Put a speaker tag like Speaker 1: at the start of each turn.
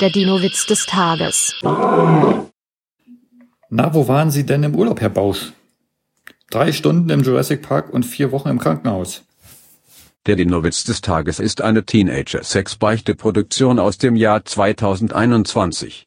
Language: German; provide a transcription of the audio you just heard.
Speaker 1: Der Dino-Witz des Tages.
Speaker 2: Na, wo waren Sie denn im Urlaub, Herr Bausch? Drei Stunden im Jurassic Park und vier Wochen im Krankenhaus.
Speaker 3: Der Dinowitz des Tages ist eine Teenager-Sex-Beichte-Produktion aus dem Jahr 2021.